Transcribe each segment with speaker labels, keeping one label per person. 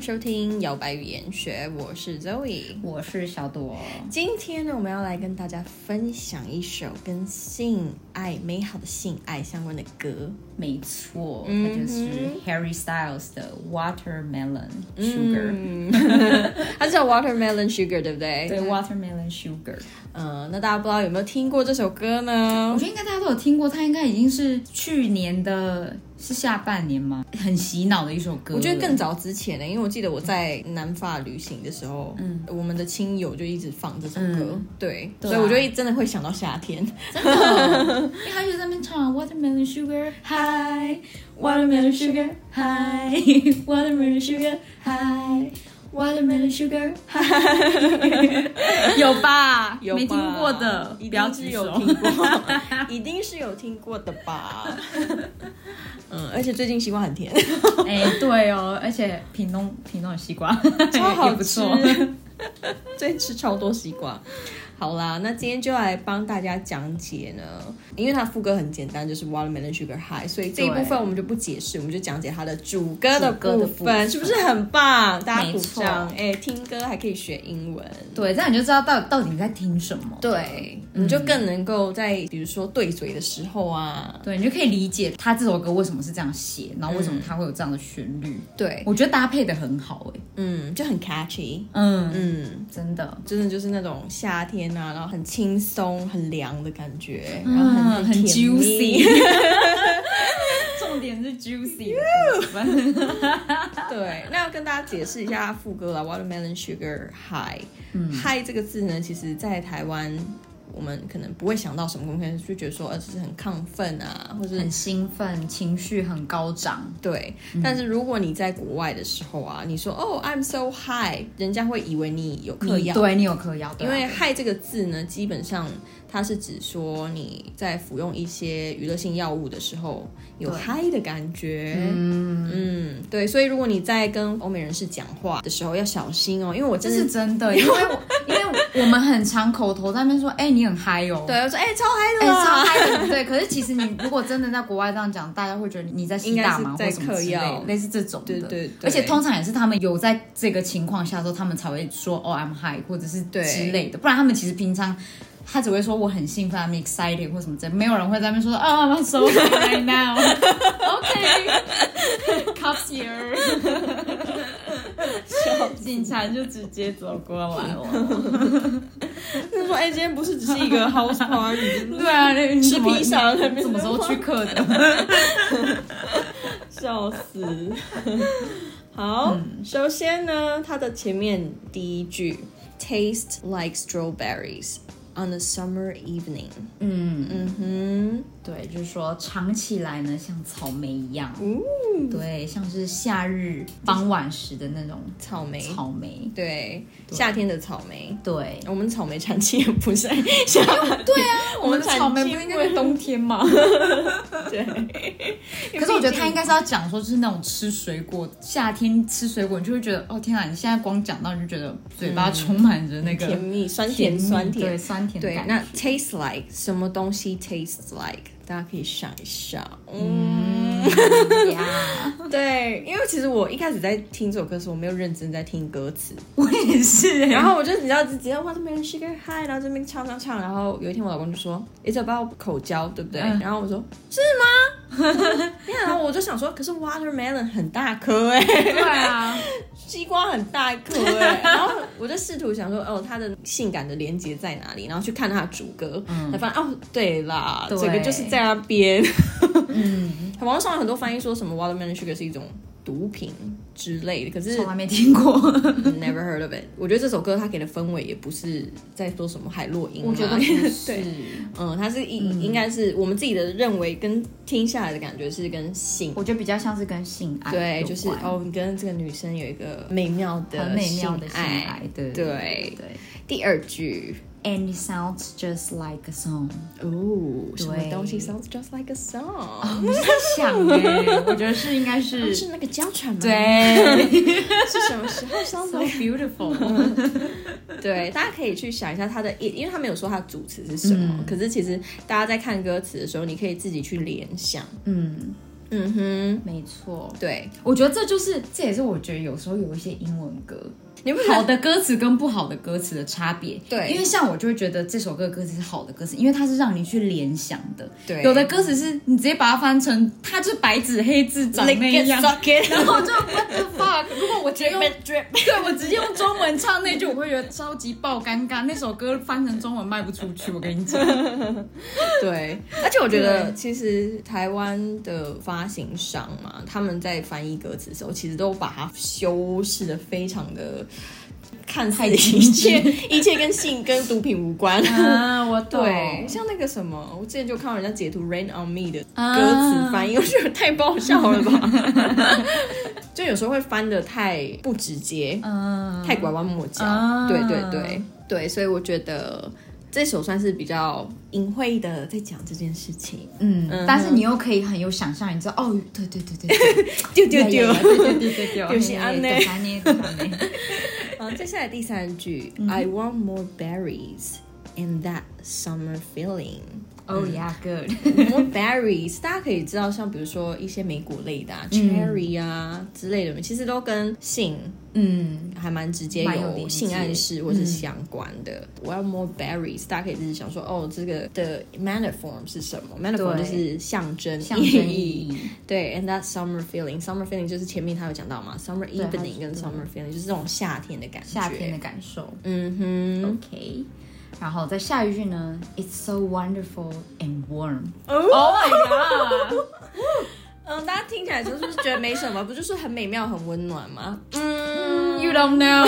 Speaker 1: 收听摇摆语言学，我是 Zoe。
Speaker 2: 我是小朵，
Speaker 1: 今天呢，我们要来跟大家分享一首跟性爱、美好的性爱相关的歌。
Speaker 2: 没错，
Speaker 1: 嗯
Speaker 2: 它就是 Harry Styles 的 Watermelon Sugar，、
Speaker 1: 嗯，它叫 Watermelon Sugar，对不对？
Speaker 2: 对。Watermelon Sugar，
Speaker 1: 呃，那大家不知道有没有听过这首歌呢
Speaker 2: 我？觉得应该大家都有听过，它应该已经是去年的，是下半年吗？很洗脑的一首歌，
Speaker 1: 我觉 得更早之前呢，因为我记得我在南法旅行的时候，嗯，我们的亲友就一直放这首歌，
Speaker 2: 嗯
Speaker 1: 对，
Speaker 2: 对
Speaker 1: 所
Speaker 2: 啊
Speaker 1: 以我就一真的会想到夏天。
Speaker 2: 真的，因为他就在那边唱 Watermelon Sugar High。Watermelon sugar high, watermelon sugar high, watermelon sugar high，有吧？
Speaker 1: 有吧
Speaker 2: 没听过的，
Speaker 1: 一
Speaker 2: 不要
Speaker 1: 定
Speaker 2: 举
Speaker 1: 是
Speaker 2: 手
Speaker 1: 有听过，一定是有听过的吧？ 嗯，而且最近西瓜很甜，
Speaker 2: 哎、对哦，而且屏东屏东的西瓜
Speaker 1: 超好
Speaker 2: 也不
Speaker 1: 吃
Speaker 2: 错，，
Speaker 1: 最近吃超多西瓜。好啦，那今天就来帮大家讲解呢，因为它副歌很简单，就是 Watermelon Sugar High，所以这一部分我们就不解释，我们就讲解它的主歌的
Speaker 2: 主歌的
Speaker 1: 部
Speaker 2: 部
Speaker 1: 分，
Speaker 2: 分
Speaker 1: 是不是很棒？大家
Speaker 2: 没
Speaker 1: 鼓
Speaker 2: 错
Speaker 1: 掌！哎、听歌还可以学英文。
Speaker 2: 对，这样你就知道到到底你在听什么，
Speaker 1: 对，嗯你就更能够在比如说对嘴的时候啊，
Speaker 2: 对，你就可以理解他这首歌为什么是这样写，然后为
Speaker 1: 嗯
Speaker 2: 什么他会有这样的旋律，
Speaker 1: 对，
Speaker 2: 我觉得搭配的很好、哎，
Speaker 1: 嗯，就很 catchy，
Speaker 2: 嗯，
Speaker 1: 嗯，
Speaker 2: 真的，
Speaker 1: 真的就是那种夏天啊，然后很轻松、很凉的感觉，然后很、
Speaker 2: 嗯，很
Speaker 1: 很甜蜜
Speaker 2: juicy，重点是 juicy 的部分
Speaker 1: 对，那要跟大家解释一下副歌啦，Watermelon Sugar High。High 这个字呢，其实在台湾我们可能不会想到什么，我们可能就觉得说，呃，就是很亢奋啊，或者
Speaker 2: 很兴奋，情绪很高涨，
Speaker 1: 对。但是如果你在国外的时候啊，你说哦、i m so high，人家会以为你有嗑
Speaker 2: 你
Speaker 1: 药。
Speaker 2: 对你有嗑药，对
Speaker 1: 因
Speaker 2: 啊
Speaker 1: 为“害”这个字呢，基本上它是指说你在服用一些娱乐性药物的时候有
Speaker 2: 对
Speaker 1: 嗨的感觉。嗯对，所以如果你在跟欧美人士讲话的时候要小心哦，因为我
Speaker 2: 这
Speaker 1: 真
Speaker 2: 是
Speaker 1: 的。
Speaker 2: 真的，因为我因为我们很常口头在那边说，哎、你很嗨哦，
Speaker 1: 对，我说哎、超嗨
Speaker 2: 哎、
Speaker 1: 的啦！
Speaker 2: 超嗨的，对。可是其实你如果真的在国外这样讲，大家会觉得你在吸 大麻
Speaker 1: 应
Speaker 2: 或
Speaker 1: 该是在
Speaker 2: 什么之类
Speaker 1: 嗑药
Speaker 2: 的，类似这种的。
Speaker 1: 对对对
Speaker 2: 而且通常也是他们有在这个情况下的时候，他们才会说哦 I'm high 或者是
Speaker 1: 对
Speaker 2: 之类的，不然他们其实平常。他只会说我很兴奋，I'm excited 或什么之类，没有人会在那边说哦、i m so high right now。OK，cups、here，警察就直接走过来了。
Speaker 1: 他说哎、今天不是只是一 个 house party，
Speaker 2: 对啊，你
Speaker 1: 吃披萨
Speaker 2: 你怎么你什么时候去课的？
Speaker 1: 笑 死。好，首先呢，它的前面第一句，taste like strawberries on a summer evening。
Speaker 2: 嗯。
Speaker 1: 嗯哼。
Speaker 2: 对，就是说尝起来呢，像草莓一样，对，像是夏日傍晚时的那种
Speaker 1: 草莓，
Speaker 2: 草莓，
Speaker 1: 对，夏天的草莓。
Speaker 2: 对，
Speaker 1: 我们草莓产期也不是在 夏天，对啊，我们
Speaker 2: 的草莓不应该在冬天吗？
Speaker 1: 对。
Speaker 2: 可是我觉得他应该是要讲说，就是那种吃水果，夏天吃水果，你就会觉得，哦天啊，你现在光讲到你就觉得嘴巴充满着那个
Speaker 1: 甜蜜、酸甜、
Speaker 2: 蜜
Speaker 1: 酸
Speaker 2: 对
Speaker 1: 甜。
Speaker 2: 嗯酸甜的
Speaker 1: 对，
Speaker 2: 感
Speaker 1: 那
Speaker 2: 觉。
Speaker 1: taste like 什么东西 taste like，大家可以想一下。嗯，
Speaker 2: 呀，
Speaker 1: 对，因为其实我一开始在听这首歌的时候，我没有认真在听歌 词，
Speaker 2: 我也是，
Speaker 1: 然后我就你知道直接哇这边 sugar high，然后这边唱唱唱，然后有一天我老公就说 it's about 口交，对不对？
Speaker 2: 嗯
Speaker 1: 然后我说是吗？ 然后我就想说，可是 watermelon 很大颗哎、
Speaker 2: 对啊，
Speaker 1: 西瓜很大一颗 哎、然后我就试图想说，哦，它的性感的连接在哪里？然后去看它的主歌，才发现哦，对啦，
Speaker 2: 嗯对
Speaker 1: 这个就是在那边。嗯， 网络上有很多翻译说什么 watermelon sugar 是一种毒品之类的，可是
Speaker 2: 从来没听过，
Speaker 1: Never heard of it。我觉得这首歌它给的氛围也不是在说什么海洛因啊，
Speaker 2: 我觉 得不
Speaker 1: 对，
Speaker 2: 是。
Speaker 1: 嗯，它是应应该是我们自己的认为跟听下来的感觉是跟性，
Speaker 2: 我觉得比较像是跟性爱
Speaker 1: 对，
Speaker 2: 有
Speaker 1: 就是
Speaker 2: 关
Speaker 1: 哦，你跟这个女生有一个美妙的
Speaker 2: 很美妙的
Speaker 1: 性
Speaker 2: 性爱，对
Speaker 1: 对
Speaker 2: 对。
Speaker 1: 第二句，
Speaker 2: And it sounds just like a song。
Speaker 1: 哦，什么
Speaker 2: 对
Speaker 1: 东西 sounds just like a song？
Speaker 2: 我就在想哎，我觉得是应该
Speaker 1: 哦
Speaker 2: 是
Speaker 1: 是那个娇喘吗？，
Speaker 2: 对
Speaker 1: 是什么时候 sounds
Speaker 2: ，so
Speaker 1: like？
Speaker 2: beautiful。
Speaker 1: 对，大家可以去想一下它的意，因为它没有说它的主嗯词是什么，可是其实大家在看歌词的时候，你可以自己去联想。
Speaker 2: 嗯，
Speaker 1: 嗯哼，
Speaker 2: 没错，
Speaker 1: 对，
Speaker 2: 我觉得这就是，这也是我觉得有时候有一些英文歌，
Speaker 1: 你不觉
Speaker 2: 好
Speaker 1: 得？
Speaker 2: 的歌词跟不好的歌词的差别。
Speaker 1: 对
Speaker 2: 因为像我就会觉得这首歌的歌词是好的歌词，因为它是让你去联想的。
Speaker 1: 对
Speaker 2: 有的歌词是你直接把它翻成，它就是白纸黑字长那
Speaker 1: Lick it,
Speaker 2: 样。
Speaker 1: suck it
Speaker 2: 然后就 What the fuck？如 果我直接用
Speaker 1: Drip it, drip
Speaker 2: 对我直接用中文唱那句，我会觉得超级爆尴尬。那首歌翻成中文卖不出去，我跟你讲。
Speaker 1: 对，而且我觉得其实台湾的发行商嘛，他们在翻译歌词的时候，其实都把它修饰的非常的，看似一切一切跟性跟毒品无关。
Speaker 2: 啊，我
Speaker 1: 对，像那个什么，我之前就看到人家解读《Rain on Me》的
Speaker 2: 啊
Speaker 1: 歌词翻译，我 觉得太爆笑了吧！ 就有时候会翻的太不直接，
Speaker 2: 嗯，
Speaker 1: 太拐弯抹角。
Speaker 2: 啊
Speaker 1: 对对对对，所以我觉得这首算是比较隐晦的在讲这件事情。
Speaker 2: 嗯，但是你又可以很有想象，你知道哦，对对对对对，
Speaker 1: 丢丢丢！
Speaker 2: 对对对对对，
Speaker 1: 有些安呢
Speaker 2: 对安呢对安呢
Speaker 1: 好，接下来第三句、i
Speaker 2: 嗯
Speaker 1: want more berries and that summer feeling。
Speaker 2: ，Oh yeah good，
Speaker 1: more berries，大家可以知道，像比如说一些莓果类的、啊 cherry 啊之类的，其实都跟性
Speaker 2: 嗯，
Speaker 1: 还蛮直接
Speaker 2: 蛮有连
Speaker 1: 有
Speaker 2: 接嗯
Speaker 1: 性暗示或是相关的。我要 more berries，大家可以自己想说，哦，这个的 manner form 是什么？manner form
Speaker 2: 对
Speaker 1: 就是象征
Speaker 2: 象征
Speaker 1: 意
Speaker 2: 意
Speaker 1: 义。
Speaker 2: 义，
Speaker 1: 对，and that summer feeling，summer feeling 就是前面他有讲到嘛，summer
Speaker 2: 它是
Speaker 1: evening 跟 summer feeling 就是这种夏天的感觉。
Speaker 2: 夏天的感受
Speaker 1: 嗯哼，
Speaker 2: ，OK。然后在下一句呢，It's so wonderful and warm。
Speaker 1: 哦，
Speaker 2: my god！
Speaker 1: 嗯，大家听起来就是觉得没什么，不就是很美妙、很温暖吗？嗯，
Speaker 2: You don't know，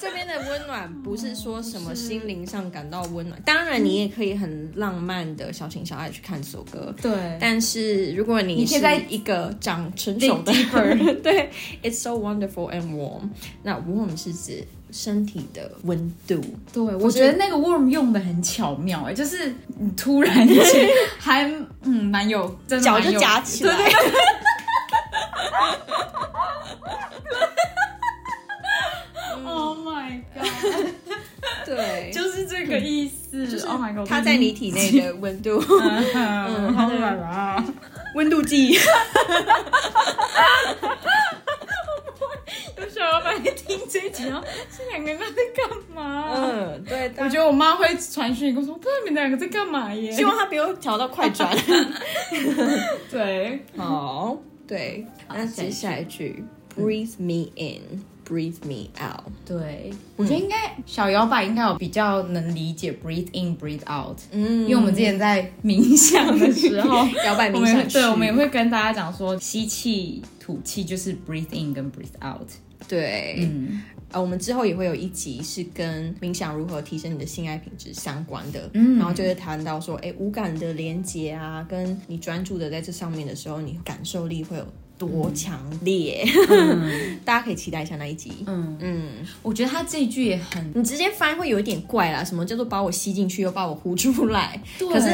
Speaker 1: 这边的温暖不是说什么心灵上感到温暖，当然你也可以很浪漫的小情小爱去看这首歌。
Speaker 2: 对
Speaker 1: 但是如果你
Speaker 2: 你可以
Speaker 1: 是
Speaker 2: 在
Speaker 1: 一个长成熟的
Speaker 2: Dig
Speaker 1: 人， 对，It's so wonderful and warm。那 warm 是指身体的温度，
Speaker 2: 对，我觉得那个 warm 用的很巧妙，哎，就是你突然 间还嗯蛮有，真的
Speaker 1: 脚
Speaker 2: 蛮
Speaker 1: 就
Speaker 2: 有
Speaker 1: 夹起
Speaker 2: 对
Speaker 1: 来。
Speaker 2: 对Oh my god！
Speaker 1: 对，
Speaker 2: 就是这个意思，就是 Oh my god！
Speaker 1: 它在你体内的温度，
Speaker 2: 嗯，好软啊！
Speaker 1: 温度计。
Speaker 2: 有小老板听这一集，然后这两个人在干嘛？
Speaker 1: 嗯， 对，
Speaker 2: 我
Speaker 1: 大家
Speaker 2: 觉得我妈会传讯跟我说，我不知道你们两个在干嘛耶。
Speaker 1: 希望它不要调到快转。
Speaker 2: 对，
Speaker 1: 好，对，
Speaker 2: 好
Speaker 1: 那接下一句，Breathe me in, breathe me out。
Speaker 2: 对，我觉得应该小摇摆应该有比较能理解 breathe in breathe out，
Speaker 1: 嗯
Speaker 2: 因为我们之前在冥想的时候，
Speaker 1: 摇摆
Speaker 2: 我
Speaker 1: 冥
Speaker 2: 们也
Speaker 1: 想
Speaker 2: 会
Speaker 1: 区
Speaker 2: 对，我们也会跟大家讲说，吸气、吐气就是 breathe in 跟 breathe out。
Speaker 1: 对，
Speaker 2: 嗯，
Speaker 1: 呃，我们之后也会有一集是跟冥想如何提升你的性爱品质相关的，
Speaker 2: 嗯
Speaker 1: 然后就会谈到说，哎，五感的连接啊，跟你专注的在这上面的时候，你感受力会有
Speaker 2: 嗯
Speaker 1: 多强烈， 大家可以期待一下那一集。
Speaker 2: 嗯
Speaker 1: 嗯，
Speaker 2: 我觉得他这一句也很
Speaker 1: 你直接翻会有一点怪啦，什么叫做把我吸进去又把我呼出来？
Speaker 2: 对，
Speaker 1: 可是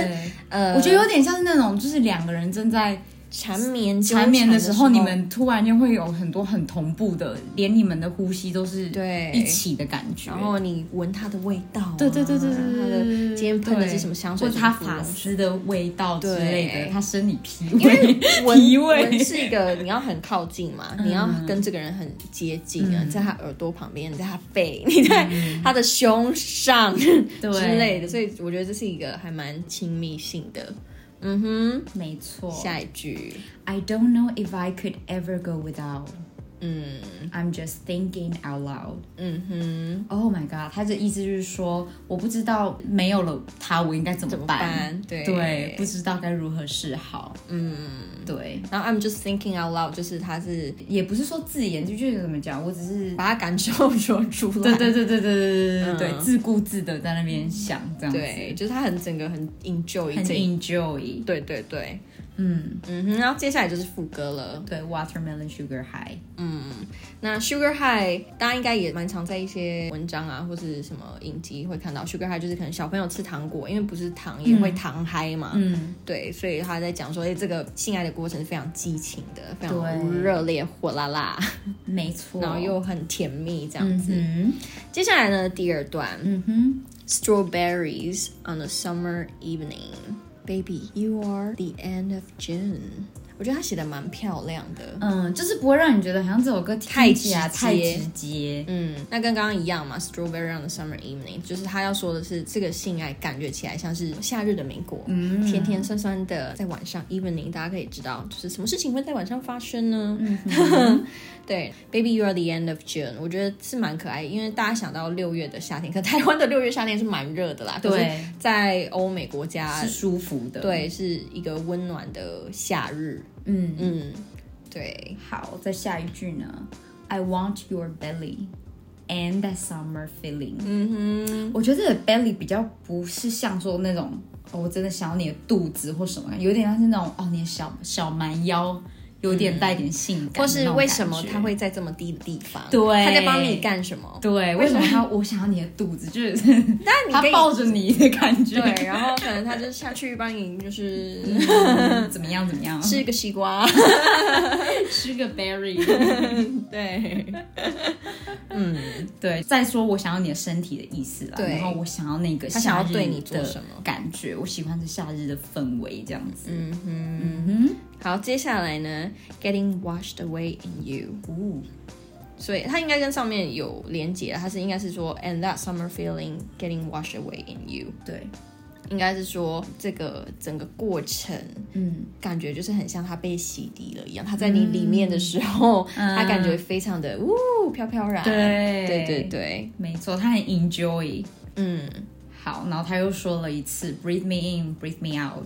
Speaker 1: 呃，
Speaker 2: 我觉得有点像是那种，就是两个人正在
Speaker 1: 缠绵纠
Speaker 2: 缠绵
Speaker 1: 的
Speaker 2: 的时候，你们突然间会有很多很同步的，连你们的呼吸都是
Speaker 1: 对
Speaker 2: 一起的感觉。
Speaker 1: 然后你闻它的味道啊、
Speaker 2: 对对对对对
Speaker 1: 然后
Speaker 2: 对
Speaker 1: 它
Speaker 2: 对
Speaker 1: 的今
Speaker 2: 对，
Speaker 1: 天喷的是什么香水，
Speaker 2: 或者
Speaker 1: 它
Speaker 2: 他发丝的味道之类
Speaker 1: 对
Speaker 2: 的，他生理皮
Speaker 1: 因为
Speaker 2: 味，
Speaker 1: 闻
Speaker 2: 脾胃
Speaker 1: 闻是一个你要很靠近嘛，
Speaker 2: 嗯
Speaker 1: 你要跟这个人很接近啊，在他耳朵旁边，你在他背，你在他的胸上
Speaker 2: 嗯 对
Speaker 1: 之类的，所以我觉得这是一个还蛮亲密性的。嗯哼，
Speaker 2: 没错。
Speaker 1: 下一句，
Speaker 2: I don't know if I could ever go without.
Speaker 1: 嗯
Speaker 2: I'm just thinking out loud.
Speaker 1: 嗯哼，
Speaker 2: Oh my god！他的意思就是说，我不知道没有了他，我应该怎么
Speaker 1: 怎么
Speaker 2: 办？
Speaker 1: 办？对
Speaker 2: 对，不知道该如何是好。
Speaker 1: 嗯，
Speaker 2: 对，
Speaker 1: 然后 I'm just thinking out loud，就是他是
Speaker 2: 也不是说自言，就就是怎么讲，我只是
Speaker 1: 把他感受说出来，
Speaker 2: 对对对对对对对对对，
Speaker 1: 嗯
Speaker 2: 自顾自的在那边想这样子，
Speaker 1: 对，就是他很整个很 enjoy
Speaker 2: 很
Speaker 1: 这一，
Speaker 2: enjoy。
Speaker 1: 对对对，
Speaker 2: 嗯，
Speaker 1: 嗯哼，然后接下来就是副歌了。
Speaker 2: 对，watermelon sugar high。
Speaker 1: 那 Sugar High 大家应该也蛮常在一些文章啊或是什么影集会看到 Sugar High，就是可能小朋友吃糖果，因为不是糖也会糖嗨嘛，
Speaker 2: 嗯，
Speaker 1: 对，所以他在讲说，哎、这个性爱的过程是非常激情的，非常
Speaker 2: 对
Speaker 1: 热烈、火辣辣，
Speaker 2: 没 错。
Speaker 1: 然后又很甜蜜这样
Speaker 2: 嗯
Speaker 1: 子。
Speaker 2: 哼，
Speaker 1: 接下来呢，第二段
Speaker 2: 嗯哼，
Speaker 1: Strawberries on a summer evening。 Baby, you are the end of June。我觉得他写的蛮漂亮的。
Speaker 2: 嗯，就是不会让你觉得好像这首歌听起来太直接。
Speaker 1: 嗯，那跟刚刚一样嘛，Strawberry on the Summer Evening，就是他要说的是这个性爱感觉起来像是夏日的美国，嗯，甜甜酸酸的，在晚上 evening，大家可以知道就是什么事情会在晚上发生呢？
Speaker 2: 嗯
Speaker 1: 对，Baby You Are the End of June，我觉得是蛮可爱，因为大家想到六月的夏天，可台湾的六月夏天是蛮热的啦，可是
Speaker 2: 对
Speaker 1: 在欧美国家
Speaker 2: 是舒服的。，
Speaker 1: 对，是一个温暖的夏日。
Speaker 2: 嗯
Speaker 1: 嗯，对，
Speaker 2: 好，再下一句呢？I want your belly and that summer feeling。
Speaker 1: 嗯
Speaker 2: 我觉得这个 belly 比较不是像说那种哦，我真的想要你的肚子或什么，有点像是那种哦，你的小小蛮腰，有点带点性
Speaker 1: 哼，或
Speaker 2: 感的
Speaker 1: 是
Speaker 2: 那种感觉、
Speaker 1: 为什么他会在这么低的地方？
Speaker 2: 对
Speaker 1: 他在帮你干什么？
Speaker 2: 对？为什么他我想要你的肚子，就是
Speaker 1: 但你
Speaker 2: 他
Speaker 1: 可以
Speaker 2: 抱着你的感觉，
Speaker 1: 对，然后可能他就下去帮你，就是
Speaker 2: 嗯怎么样怎么样？
Speaker 1: 吃一个西 瓜。
Speaker 2: 吃个 berry。
Speaker 1: 对，嗯
Speaker 2: 对，再说我想要你的身体的意思啦，
Speaker 1: 对
Speaker 2: 然后我想要那个
Speaker 1: 他想要
Speaker 2: 夏日
Speaker 1: 对你做什么
Speaker 2: 的感觉，我喜欢这夏日的氛围这样子。
Speaker 1: 嗯
Speaker 2: 嗯
Speaker 1: 好，接下来呢，Getting washed away in you。
Speaker 2: 哦，
Speaker 1: 所以它应该跟上面有连结了，它是应该是说，and that summer feeling getting washed away in you，
Speaker 2: 对，
Speaker 1: 应该是说这个整个过程
Speaker 2: 嗯，
Speaker 1: 感觉就是很像它被洗涤了一样，它在你里面
Speaker 2: 嗯
Speaker 1: 的时候，它感觉非常的呜飘飘然，
Speaker 2: 对
Speaker 1: 对对对，
Speaker 2: 没错，他很 enjoy。
Speaker 1: 嗯，
Speaker 2: 好，然后他又说了一次 “breathe me in, breathe me out”。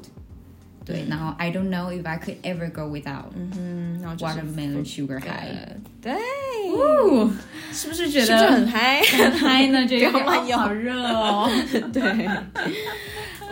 Speaker 2: 对，然后 “I don't know if I could ever go without
Speaker 1: 嗯，然后就是
Speaker 2: watermelon
Speaker 1: 呃
Speaker 2: sugar high”。
Speaker 1: 对，
Speaker 2: 哦，是不是觉
Speaker 1: 是不是
Speaker 2: 得
Speaker 1: 很 嗨？
Speaker 2: 很嗨呢？觉得
Speaker 1: 不要乱
Speaker 2: 哦好热哦，
Speaker 1: 对，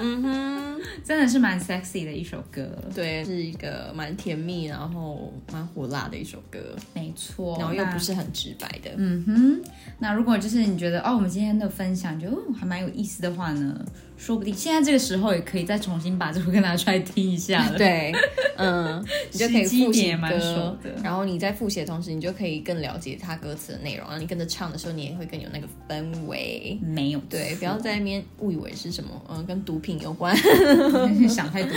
Speaker 1: 嗯哼，
Speaker 2: 真的是蛮 sexy 的一首歌。
Speaker 1: 对，是一个蛮甜蜜，然后蛮火辣的一首歌，
Speaker 2: 没错，
Speaker 1: 然后又
Speaker 2: 那
Speaker 1: 不是很直白的，
Speaker 2: 嗯哼，那如果就是你觉得哦，我们今天的分享就、哦、还蛮有意思的话呢，说不定现在这个时候也可以再重新把这首歌拿出来听一下 了。
Speaker 1: 对， 嗯，你就可以
Speaker 2: 时机
Speaker 1: 复习
Speaker 2: 点蛮
Speaker 1: 歌
Speaker 2: 熟的，
Speaker 1: 然后你在复习的同时，你就可以更了解它歌词的内容，然后你跟着唱的时候，你也会更有那个氛围。
Speaker 2: 没有
Speaker 1: 对，
Speaker 2: 错
Speaker 1: 不要在那边误以为是什么，嗯、跟毒品有关，
Speaker 2: 想太多。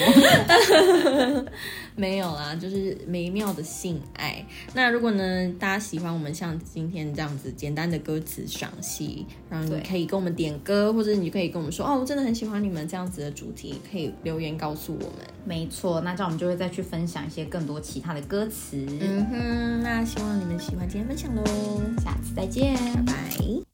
Speaker 1: 没有啦，就是美妙的性爱。那如果呢，大家喜欢我们像今天这样子简单的歌词赏析，然后你
Speaker 2: 对
Speaker 1: 可以跟我们点歌，或者你可以跟我们说，哦，我真的很喜欢你们这样子的主题，可以留言告诉我们。
Speaker 2: 没错，那这样我们就会再去分享一些更多其他的歌词。
Speaker 1: 嗯嗯哼，那希望你们喜欢今天分享喽，
Speaker 2: 下次再见，
Speaker 1: 拜拜。